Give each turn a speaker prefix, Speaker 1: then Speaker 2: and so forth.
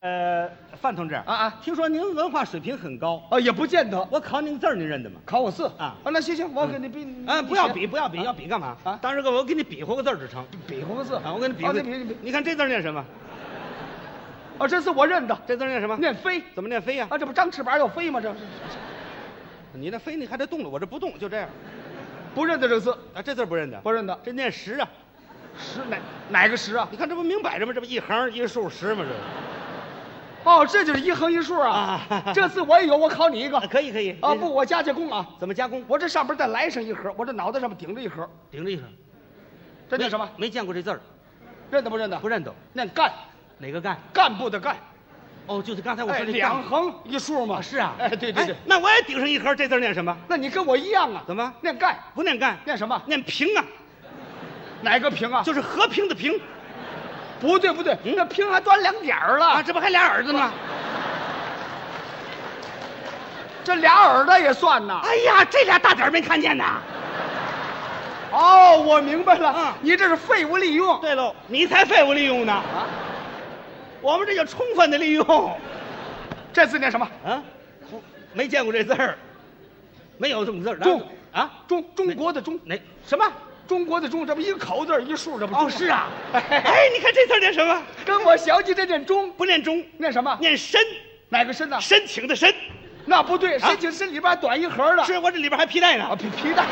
Speaker 1: 呃，范同志啊
Speaker 2: 啊
Speaker 1: 听说您文化水平很高，
Speaker 2: 啊，也不见得。
Speaker 1: 我考您字儿，您认得吗？
Speaker 2: 考我四
Speaker 1: 啊
Speaker 2: 啊，那行行，我给你比。你
Speaker 1: 啊，不要比，
Speaker 2: 写
Speaker 1: 不要比，
Speaker 2: 啊
Speaker 1: 要比干嘛？
Speaker 2: 啊
Speaker 1: 当时个我给你比划个字儿就成。
Speaker 2: 比划个字
Speaker 1: 啊，我给你比
Speaker 2: 啊
Speaker 1: 划个。
Speaker 2: 你比你比。
Speaker 1: 你看这字儿念什么？
Speaker 2: 啊，这次我认得，
Speaker 1: 这字儿念什么？
Speaker 2: 念飞
Speaker 1: 怎么念飞呀？
Speaker 2: 啊，这不张翅膀要飞吗？这是
Speaker 1: 你那飞你还得动了，我这不动，就这样。
Speaker 2: 不认得这个字，
Speaker 1: 啊，这字儿不认得，
Speaker 2: 不认得。
Speaker 1: 这念十啊。
Speaker 2: 十哪哪个十啊？
Speaker 1: 你看这不明摆着吗？这不一横一竖十吗？这是
Speaker 2: 哦，这就是一横一竖啊
Speaker 1: 啊。
Speaker 2: 这次我也有，我考你一个
Speaker 1: 啊，可以可以
Speaker 2: 啊。不，，我加加工啊，
Speaker 1: 怎么加工？
Speaker 2: 我这上边再来上一盒，我这脑袋上面顶着一盒，
Speaker 1: 顶着一横。
Speaker 2: 这念什么？
Speaker 1: 没见过这字儿，
Speaker 2: 认得不认得？
Speaker 1: 嗯不认得。
Speaker 2: 念干，
Speaker 1: 哪个干？
Speaker 2: 干部的干。
Speaker 1: 哦，就是刚才我
Speaker 2: 哎，
Speaker 1: 说那
Speaker 2: 两
Speaker 1: 干
Speaker 2: 横一竖嘛。
Speaker 1: 是啊。
Speaker 2: 哎，对对对
Speaker 1: 哎。那我也顶上一横，这字儿念什么？
Speaker 2: 那你跟我一样啊？
Speaker 1: 怎么
Speaker 2: 念干？
Speaker 1: 不念干，
Speaker 2: 念什么？
Speaker 1: 念平啊，
Speaker 2: 哪个平啊？
Speaker 1: 就是和平的平
Speaker 2: 不对不对，您这平还端两点儿了，
Speaker 1: 啊，这不还俩耳朵吗？
Speaker 2: 这俩耳朵也算呐。
Speaker 1: 哎呀，这俩大点儿没看见呐？
Speaker 2: 哦，我明白了，
Speaker 1: 嗯
Speaker 2: 你这是废物利用。
Speaker 1: 对喽，你才废物利用呢，
Speaker 2: 啊，
Speaker 1: 我们这叫充分的利用
Speaker 2: 这字念什么？
Speaker 1: 啊！不没见过这字儿，没有这么字儿。
Speaker 2: 中
Speaker 1: 啊，
Speaker 2: 中中国的中
Speaker 1: 哪？
Speaker 2: 什么？中国的中，这不一个口字儿一竖，这不中
Speaker 1: 哦，是啊。
Speaker 2: 哎，
Speaker 1: 哎，你看这字儿念什么？
Speaker 2: 跟我小姐这念中，
Speaker 1: 不念中，
Speaker 2: 念什么？
Speaker 1: 念申，
Speaker 2: 哪个身呢？
Speaker 1: 申请的申。
Speaker 2: 那不对，
Speaker 1: 啊
Speaker 2: 申请身里边还短一横了。哦
Speaker 1: 是我这里边还皮带呢
Speaker 2: 啊，。皮皮带。